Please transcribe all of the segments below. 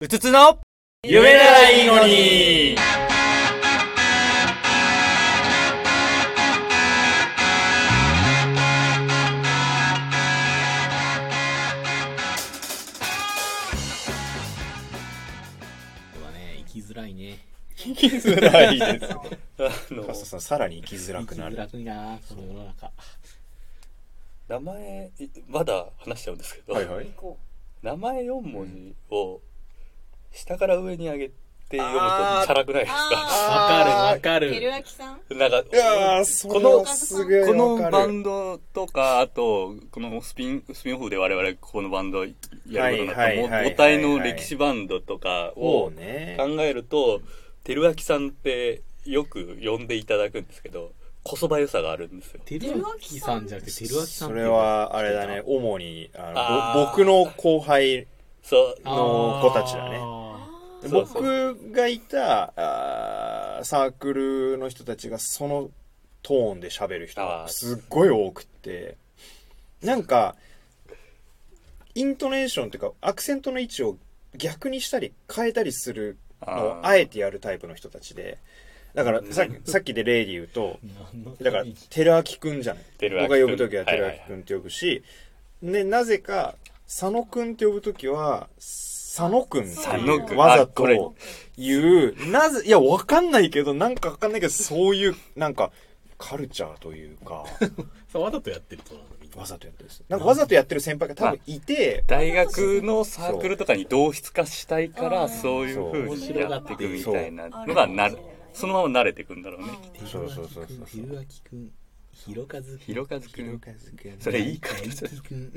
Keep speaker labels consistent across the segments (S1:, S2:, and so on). S1: うつつの
S2: 夢ならいいのに
S3: これはね、生きづらいね。
S2: 生きづらいですね。あの
S1: カ、スさん、さらに生きづら
S3: 生
S1: く
S3: き
S1: な
S3: づら
S1: る。
S3: くなこの世の中。
S2: 名前、いまだ話しちゃうんですけど、
S1: はいはい。
S2: 名前4文字を下から上に上げて読む
S1: あー
S2: とチャラくないですか
S3: わかるわかる
S4: テル。アキさん
S2: なんか、
S1: いやー、
S2: こ
S1: それ
S2: の
S1: は、すげえ
S2: この
S1: わか
S2: バ
S1: る。
S2: ンドとか、あと、このスピン、スピンオフで我々このバンドやることになった
S1: はいはいはいはいはい
S2: 母体の歴史バンドとか
S1: を
S2: を
S1: ね
S2: 考。えると、照明さんってよく呼んでいただくんですけど、こそば良さがあるんですよ。
S3: てるあきさんじゃなくて、てるあきさん
S1: そ
S3: って
S1: れは、あれだね、主に、あ
S2: あ
S1: の、
S2: ー
S1: ぼ僕の後輩、
S2: そう、
S3: あー、
S1: の子たちだね
S2: そう
S1: 僕がいたあーサークルの人たちがそのトーンで喋る人が
S2: あー
S1: すっごい多くって、なんか、イントネーションっていうか、アクセントの位置を逆にしたり変えたりするのを
S2: あー
S1: あえてやるタイプの人たちで、だからさっき、さっきで例で言うと、
S3: 何の
S1: だから、寺脇くんじゃない。
S2: 照明
S1: 僕が呼ぶときは
S2: 君
S1: 寺脇くんって呼ぶし、ね、なぜか、佐野くんって呼ぶときは、佐野くんって
S4: 佐
S1: い
S4: 野く
S1: うんわざ
S2: あこれ
S1: と言う、なぜ、いや、わかんないけど、なんかわかんないけど、そういう、なんか、カルチャーというか、
S3: そう、わざとやってるとなのみんな
S1: わざとやってるんです。なんかわざとやってる先輩が多分いて、
S2: 大学のサークルとかに同質化したいか
S4: あ
S2: ら
S4: ー
S2: そういう風にやっていくみたいな
S4: そう
S2: のがなる
S4: そう
S2: そのまま慣れていくんだろうね
S4: うん
S1: そうそうそうそう
S3: てるあきくん、ひろかずくん。
S2: ひろかずくんそ
S3: そ
S2: れいい感じ
S3: くん。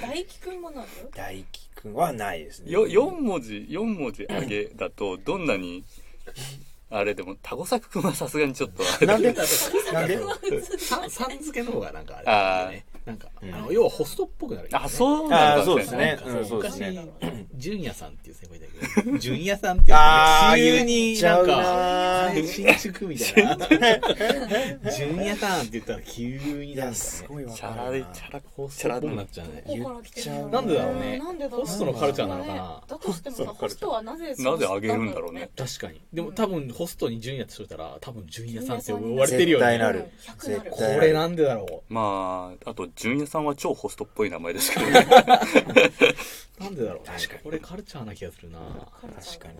S4: 大輝くんもなの
S1: 大輝くんはないですね。
S2: よ4文字4文字上げだとどんなにあれでもタゴサクくんはさすがにちょっとあれだ
S1: なんでなんで
S4: 大輝くんは普通
S3: さん、さん付けの方がなんかあれだよね。なんか、あ
S1: うん
S3: の、要はホストっぽくなるよね。
S2: あそう
S1: あ
S2: な
S1: あ、
S2: んだ
S1: そうですね。、
S3: そううん
S1: そうですね。
S3: 昔、純也さんっていう先輩だけど、純也さんっていう
S1: あー
S3: 急になん
S1: 言っちゃ
S3: か
S1: う、なー
S3: 新宿みたいな。純也さんって言ったら急に
S1: い
S3: なん
S1: や、
S3: か
S1: すご
S3: ね、
S1: いわ
S2: チ
S1: か
S2: ャ
S1: る
S2: ラで
S1: な。
S2: チャラ
S3: ホス
S2: チ
S3: ト
S2: ャラ
S3: っぽく
S2: な
S3: なっちゃうね。
S4: ここから来てるの
S1: なんでだろ
S3: うね
S4: なんでだろう
S3: ホストのカルチャーなのかな
S4: だとしてもさ
S1: ホ
S4: ホ
S1: ス
S4: ス
S1: ト
S4: ト
S1: の
S4: はなぜ
S2: なぜ上げるんだろうね
S3: 確かに。でも多分ホストに純也としれたら、多分純也さんって呼ばれてるよ
S1: 絶対な
S3: ね。
S1: る
S4: 100なる
S1: 絶
S3: こ
S1: 対
S3: れなんでだろ
S2: まああと純也さんは超ホストっぽい名前ですけどね
S3: う。なんでだろうね。
S1: 確かに
S3: これカルチャーな気がするな。
S4: カルチャー
S1: 確かに。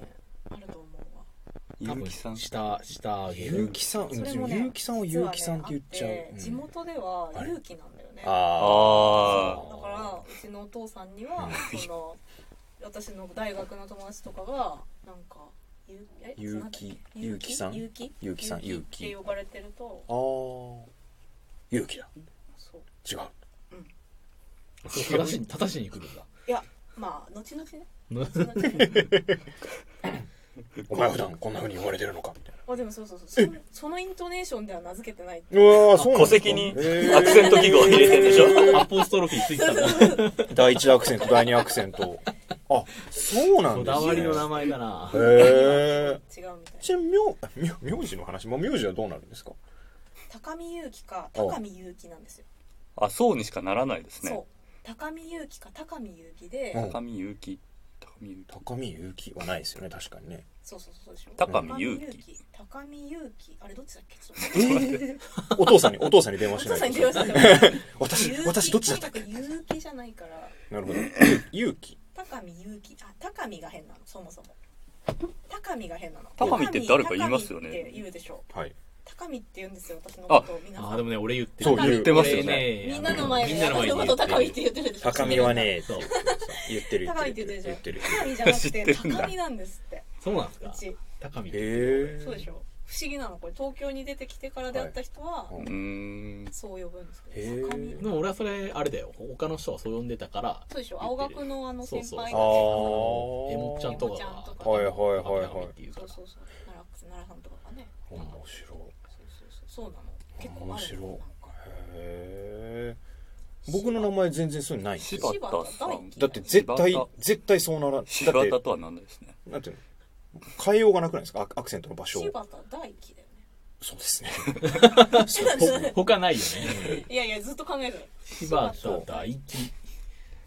S4: あると思うわ
S3: 多
S2: ゆう
S3: 分
S2: きさん
S3: 下、下上げ
S1: ゆう
S3: る。
S1: きさん、うん
S4: それもね
S1: ゆうきさんをゆうきさんって言っちゃう
S4: 実はねあ
S1: う
S4: て
S1: ん。
S4: 地元では勇気なんだよねだか
S1: あ
S2: あ
S4: らうちのお父さんにはその私の大学の友達とかがなんかゆえ
S1: ゆうき
S4: ゆうき
S1: ゆうきさん
S4: ゆうき
S1: ゆうきさん
S4: ゆう
S1: ゆう
S4: っ
S1: き
S4: て呼ばれてると
S1: あー勇気だ
S4: そう
S1: 違う
S3: そう正しに、正しに来るんだ。
S4: いやまあ後々ね
S3: の
S4: 後々ね
S1: お前普段こんな風に言われてるのかみたい
S4: あでもそうそうそうそのそのイントネーションでは名付けてない
S1: なうわー
S2: あ戸籍にアクセント記号を入れてるでしょ
S3: アポストロフィーついてたんだ。
S1: 第一アクセント第二アクセントあそうな
S3: こ
S1: んで
S3: だ
S1: すね
S3: わりの名前だな。
S1: へえ
S4: 違うみたい
S1: ちなみに名名名字の話もう名字はどうなるんですか
S4: 高見ゆうきか高見ゆうきなんですよ
S2: あそうにしかならないです
S4: そう
S2: ね
S4: 高見ゆうきか高見ゆうきで、
S1: うん
S2: 高見ゆうき高見ゆうき
S1: 高見ゆうきはないですよね確かにね
S4: そうそうそうでしょ
S2: 高見ゆうき
S4: 高見ゆうきあれどっちだっけちょっ
S1: えーお父さんにお父さんに電
S4: とお
S1: 話しな
S4: 父
S1: い
S4: さん
S1: で
S4: に
S1: く
S4: 電
S1: だ
S4: 話
S1: さい
S4: して
S1: 私私どっちだったっけ
S4: ゆうきじゃないから
S1: なるほどゆうき
S4: 高見ゆうきあ高見が変なのそもそも高見が変なの
S2: 高見って誰か言いますよね
S4: 高見って言うでしょ
S1: はい
S4: 高見って言うんですよ私のことを皆
S3: あ
S4: さ
S3: ー
S4: ん
S3: でもね、俺言って
S1: そう言って
S2: ますよね
S3: 俺
S4: みんなの前
S3: みん
S4: で
S3: なの前で
S4: 私
S3: 言
S4: のこ
S3: っ
S4: と
S3: て
S4: を高見って言ってるでしょ
S1: 高見はね
S3: そう
S1: 言ってる言ってる
S4: 高見って言
S1: 言っ
S4: って
S1: る
S4: 高見じゃなく
S2: 知って
S4: て
S2: るんだ
S4: 高見なんですって
S3: そうなんです
S4: う
S3: か
S4: ち
S3: 高見。
S1: へえ
S4: そうでしょ不思議なのこれ東京に出てきてから出会った人は
S1: はいう
S2: ーん
S4: そう呼ぶんですけ
S1: へー
S4: ど高見
S3: でも俺はそれ、あれだよ。他の人はそう呼んでたから、
S4: そうでしょ青学のあの先輩
S3: そ
S4: が
S3: う
S1: あー
S3: えもっちゃんとかが
S4: えもっちゃんと。か
S1: はいはいはいはい
S3: 高見っていうか
S4: そう
S3: ら
S4: そうそう奈良奈良さんとかがね
S1: 面白い
S4: そうそうそうそうなの結構
S1: 面
S4: ある
S1: 白
S4: の
S1: い
S4: なんか
S1: へえ僕の名前全然そういうのないんです
S2: 柴
S1: よ
S2: 田さん
S1: だって絶対
S2: 柴田
S1: 絶対そうならだって
S2: 柴田とはなんないですね
S1: なんていうの変えようがなくないですかアクアクセントの場所を
S4: 柴田大輝だよ
S1: そう ですね
S4: ね
S3: ほ他ないよね。
S4: いやいやずっと考えてる
S3: 柴田大輝。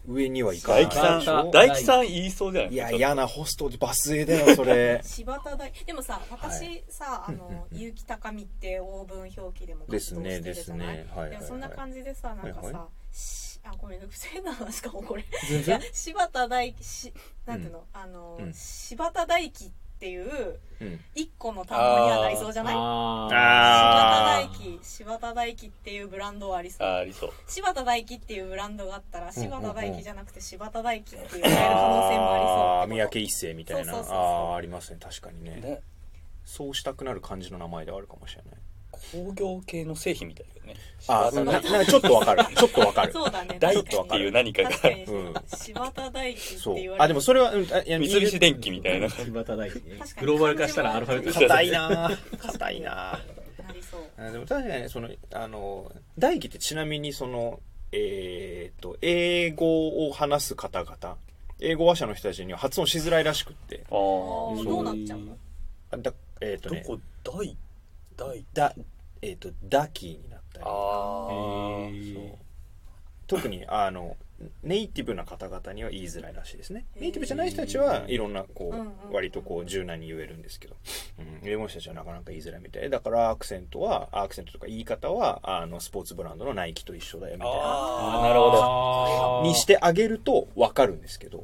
S1: 上にはいかない
S2: 大
S1: で
S2: 吉
S1: し
S2: さ
S3: ま
S2: ん、
S1: ょ
S3: た
S2: 大吉さん言いそうじゃない
S1: い
S2: です
S1: や
S2: か。
S1: 嫌なホストでバスエだよそれ
S4: 柴田大でもさ私さ、あ
S1: うんうん
S4: の
S1: うん
S4: 結城高見って応文表記でも
S1: です
S4: 活動
S1: ね
S4: して
S1: で
S4: るじ
S1: す
S4: ゃない
S1: ねはいはい、
S4: で
S1: は
S4: も
S1: い、
S4: そんな感じでさなんかさ、
S1: はいは
S4: しあごめん不正な話かもこれ
S3: 全
S4: いや
S3: 然
S4: 柴田大輝しなんていうの、あの、
S1: うん
S4: 柴田大輝っていう
S1: うん
S4: 一個の単語にはなりそうじゃない
S1: あ
S3: あ
S4: 柴
S1: ー
S4: 田大輝柴田大輝っていうブランドはありそ
S2: あ
S4: う
S2: ありそう。
S4: 柴田大輝っていうブランドがあったら
S1: うんうん
S4: 柴田大輝じゃなくて柴田大輝っていう可能性もありそう
S1: 三宅一生みたいな
S4: そうそうそうそ
S1: あ
S4: う
S1: あーありますね確かにね
S2: ね
S1: そうしたくなる感じの名前ではあるかもしれない
S2: 工業系の製品みたいだよね。
S1: あ
S2: 柴田
S1: ーななんかちょっとわか るちょっとわかる
S4: そうだね
S2: 大
S4: 確
S2: 輝
S4: か
S2: っ
S4: に
S2: ていう何かが。
S4: 確かに、
S1: うん
S4: 柴田大輝って
S1: そう
S4: 言われる
S1: あでもそれは、うん、あいや
S2: 三菱電機みたいな。
S3: 柴田大輝ね
S4: 確かに
S3: グローバル化したらアルファベット
S2: 電
S3: に
S2: 機
S1: 硬いなー硬いなー
S4: なりそう
S1: あでも確かにそのあの大輝ってちなみにそのえーっと英語を話す方々英語話者の人たちには発音しづらいらしくって
S2: あー
S4: あーどうなっちゃうの
S1: あだえーっと
S2: ど
S1: ね
S2: こ大大
S1: だえーっとダキーになったり
S2: あ
S3: へ
S2: ー
S3: ー
S1: そう特にあのネイティブな方々には言いづらいらしいですねネイティブじゃない人たちはいろんなこ
S4: うんうんう
S1: うん割とこう柔軟に言えるんですけど、うん、英語の人たちはなかなか言いづらいみたいだからアクセントはアクセントとか言い方はあのスポーツブランドのナイキと一緒だよみたいな
S2: あーなるほど。
S3: ど
S1: にしてあげると分かるんですけど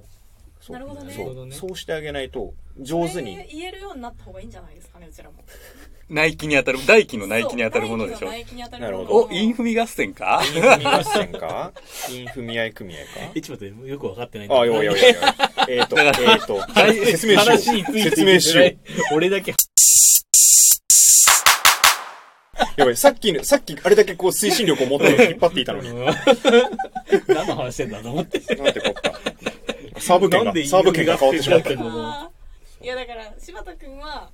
S1: そう
S4: なるほどね
S1: そ
S3: なるほど
S1: う
S3: ね
S1: そうしてあげないと上手
S4: それ
S1: に
S4: 言えるようになった方がいいんじゃないですかねうちらも
S2: ナイキに当たる、大輝のナイキに当たるものでし
S4: そう
S2: ょ。
S4: ナイキに当た
S1: な
S4: る
S1: る
S4: も
S1: ほ
S4: の
S1: ど
S2: お、インフミ合戦か
S1: インフミ合戦か インフミ合組合
S3: えちょっと待ってよく分かってないんだ
S1: かあいやいやいやいや えっとえ
S2: だから
S1: っと説明し
S3: 話
S1: よ
S3: についうて
S1: 説明しよう
S3: 俺だけ
S1: やばい、さっきの、さっきあれだけこう推進力を持って引っ張っていたのに。
S3: うん何の話してんだと思って
S1: なんてこった。サーブ権が、サーブ権が変わってしまった。
S4: あーいやだから柴田君は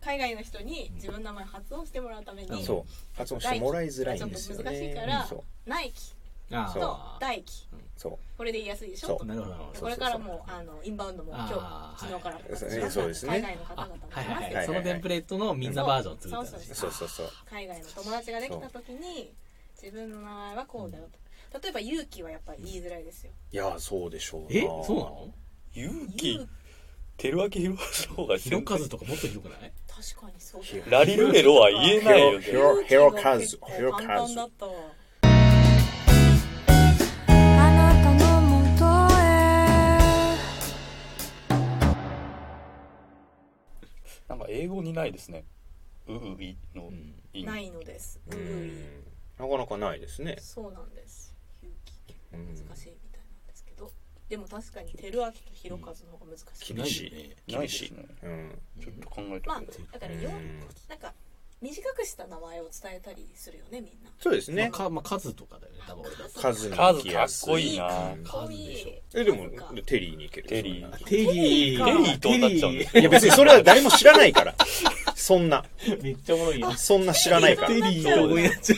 S4: 海外の人に自分の名前発音してもらうために
S1: そう。発音してもらいづらいんですよね。
S4: ちょっと難しいから
S1: そう。
S4: ナイキ
S3: あ
S4: と
S3: あ
S4: 大輝
S1: そ
S4: これで言いやすいでし
S1: そ
S4: ょ
S1: う
S3: なるほどなるほど
S4: これからもあのインバウンドも今日
S3: あー
S4: 昨日から
S1: そうですねそうですね
S4: 海外の方
S3: あ
S4: 々も
S3: はい
S4: い
S3: は
S4: ま
S3: い
S4: す
S3: は
S4: よ
S3: いそのテンプレートのみんなバージョンを作ったんです
S1: う。
S4: そ
S1: そうそうそう。
S4: 海外の友達ができた時に自分の名前はこうだよと例えば勇気はやっぱり言いづらいですよ
S1: いや、そうでしょうな。
S3: えそうなの
S2: 勇
S4: 勇
S2: 気、照明博の方が
S3: ひろ
S2: 先
S3: か
S2: 輩
S3: ずとかもっとひどくない
S4: 確かにそうだ
S2: ラリルレロは言えないよね
S1: ヒ。ロヘロカズ
S4: 結構
S1: ヘロカズ
S4: 簡単だったわ
S5: あなたのもとへ
S2: なんか英語にないですね。うういの
S3: うん
S2: い。
S4: ないのです
S1: う
S4: うん
S1: ん。なかなかないですね。
S4: そうなんです勇気結構
S1: うん
S4: 難しいみたいなんですけどでも確かに照明と弘和の方が難しい、
S1: 厳しい
S3: ないよね。
S2: ない
S1: 厳
S2: で
S1: しい
S2: すね。。
S1: うん。
S2: ちょっと考えて
S4: まあ
S2: みて。
S4: だからよなんか短くした名前を伝えたりするよねみんな
S1: そうです
S3: まあ
S1: ね。
S3: かまあ数とかだよね多分俺だ
S1: カズに
S2: カ
S1: 行
S2: ズ
S1: き
S2: かっ
S1: やす
S2: こいいな。
S4: かっこ
S3: 数で
S4: い
S3: し
S4: い
S1: え、でも
S4: なんか、
S1: テリーに行ける。
S2: テリー
S1: そんな
S3: テリー
S4: テ
S2: リーとなっちゃうんだ
S3: テ
S1: いや、別にそれは誰も知らないから。そんな、
S3: リーめっちゃおもろいよ
S1: そんな知らないか
S3: テ
S1: ら。
S3: リーと 思い出しち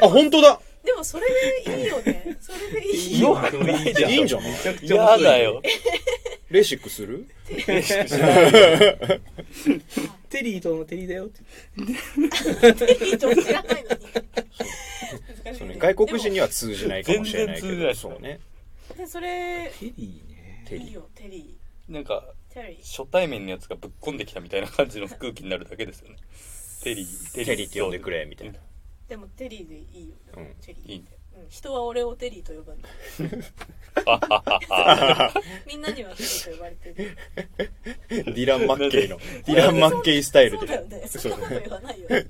S3: ゃ
S1: あ、本当だ
S4: でもそれでいいよねそれでいい
S2: よ
S3: うこれいいじゃん
S1: いいんじゃない
S2: 嫌だよ。
S1: レーシックする
S3: テリーとのテリーだよって
S4: いいと知らないのに難
S1: そ
S4: しいうね
S1: ね、外国人には通じないかもしれないけ
S2: 全然通じない
S1: ど、
S2: です
S1: そうね。
S4: でもでそれ
S3: テリーね
S1: テ
S4: いい
S1: リ
S4: よテリ
S2: なんか、
S4: ーテリー
S2: 初対面のやつがぶっこんできたみたいな感じの空気になるだけです よね。テリー、
S1: ー。テリーって呼んでくれ、みたいな。
S4: でもテリーでいいよ、
S1: うん
S4: テ
S2: い
S4: リー
S2: い
S4: うん、人は俺をテリーと呼ばないみんなにはテリーと呼ばれてる
S1: ディラン・マッケイ の、ディラン・マッケイスタイル
S4: そうだよ
S1: で。
S4: ねそ
S1: そ
S4: ん
S1: う
S4: なこと言わないよね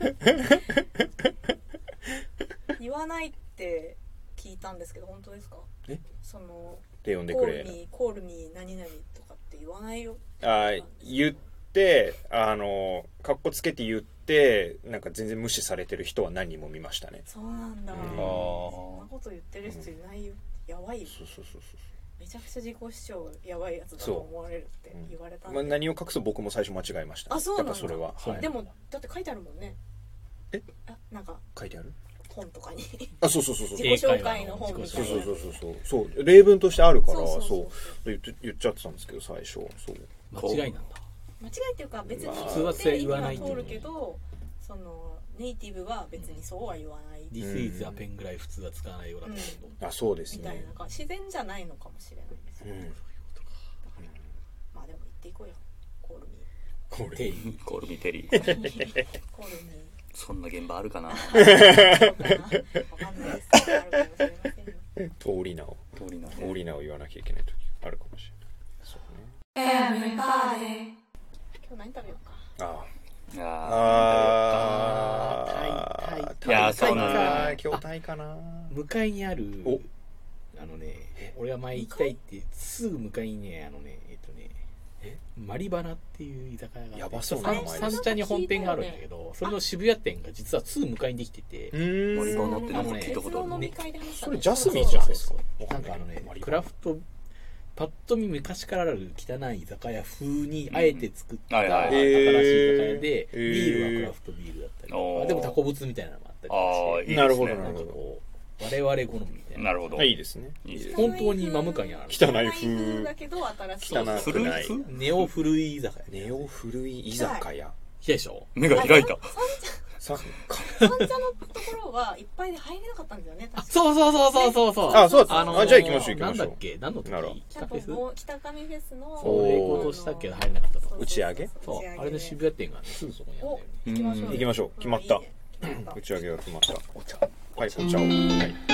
S4: 言わないって聞いたんですけど本当ですか
S1: え
S4: その
S1: で呼んで
S4: コ
S1: く
S4: ール
S1: れ。
S4: ミーコールミー何々とかって言わないよ
S1: あー言って、あの、かっこつけて言って、なんか全然無視されてる人は何人も見ましたね。
S4: そうなんだ、
S1: うん
S4: そんなこと言ってる人いないよ、やばいよ
S1: そうそうそうそ
S4: めちゃくちゃ自己主張やばいやつだと思われるって言われたん
S1: う。
S4: で
S1: まあ、何を隠す僕も最初間違えました。
S4: あそうなんだ
S1: やっぱそれは。はい
S4: でもだって書いてあるもんね
S1: え
S4: あなんか
S1: 書いてある
S4: 本と かに
S1: あ、そうそうそうそう。
S4: 自己紹介の本みた
S1: そう
S4: い
S1: そう
S4: な
S1: そうそうそうそう例文としてあるからそうう
S4: そそうそう
S1: 言って言っちゃってたんですけど最初そう
S3: 間違いなんだ
S4: 間違いっていうか別に
S1: まあ
S4: 普
S1: 普通
S3: はそれ言わない
S4: 通るけどそのネイティブは別にそうは言わない
S3: This is a pen ぐらい普通は使わないような単語。
S1: あそうです
S4: みたい
S1: ね
S4: な、か自然じゃないのかもしれないです
S1: う
S4: よ
S1: ん、
S4: まあでも行っていこうよコールミ
S1: こ
S3: 定
S1: れ
S3: 義。
S2: コールミテリー。
S4: ーコールミー
S2: そんな現場あるかな
S4: そうかなわかんないですけどあるかもしれませんよ
S1: 通り名を
S2: 通りなね
S1: 通り名を言わなきゃいけない時あるかもしれないそうね
S5: Everybody
S4: 今日何食べようか
S1: あ
S2: あ
S1: あ
S3: タイタイ
S1: ー
S2: いやーそうなんだ
S1: タイか今日タイかな
S3: 向かいにある
S1: お
S3: あのね俺が前行きたいってすぐ向かいにねあのねえっとねマリバナっていう居酒屋があって
S1: やばそうな名前です
S3: 三三茶に本店があるんだけどそれの渋谷店が実はすぐ向かいにできてて
S1: うーん
S2: 森ボノってなんか聞い
S4: 別
S2: たことあ
S4: の
S2: る
S4: 飲み
S2: ね。
S4: 会で話した
S1: そ
S4: ね
S1: れジャスミンじゃないです
S3: そ
S1: か
S3: うそう
S1: わか
S3: なん
S1: ん
S3: か
S1: ない
S3: あのね
S1: マリバナ
S3: クラフトパッと見昔からある汚い居酒屋風にあえて作った
S2: うんはいはい
S3: 新
S2: はい
S3: しい居酒屋で
S1: えー
S3: ビールはクラフトビールだったりと
S2: お
S3: か
S2: ー
S3: でもタコブツみたいなのもあったりと
S2: あ
S3: かし
S2: あ、いいですね。
S1: なるほど
S3: て
S1: な
S3: な
S1: る
S3: んか
S1: ほど
S3: こう我々好みみたいな
S2: なるほど。
S1: あいいですね
S2: いいですね
S3: 本当に真向かいにある
S1: 汚い
S4: 風
S1: 風
S4: だけど新しい
S1: 汚
S2: 古
S1: く
S2: い
S1: ない
S2: 風
S3: ネオ古い居酒屋
S1: ネオ古い居酒屋
S3: 来たでしょ
S2: 目が開いた。
S1: さっきか
S4: 三茶のところはいっぱいで入れなかったんだよね
S3: あ
S4: 確か
S3: そうそうそうそうそうそう
S1: あそうだった
S3: のー
S1: あじゃあ行きましょう行きましょう
S3: なんだっけ何の時
S1: なら
S3: キャフェス
S4: 北上北上フェスの
S3: そうレコードしたけど入んなかったと
S4: そうそうそう
S1: 打ち上げ
S4: 打
S3: そ
S4: ち上げ
S3: う
S4: で
S3: あれの渋谷店がねすぐそこにあるんだよね
S4: 行きましょう
S1: 行きましょう決まった
S4: いいね決まった
S1: 打ち上げが決まったはいお茶をはい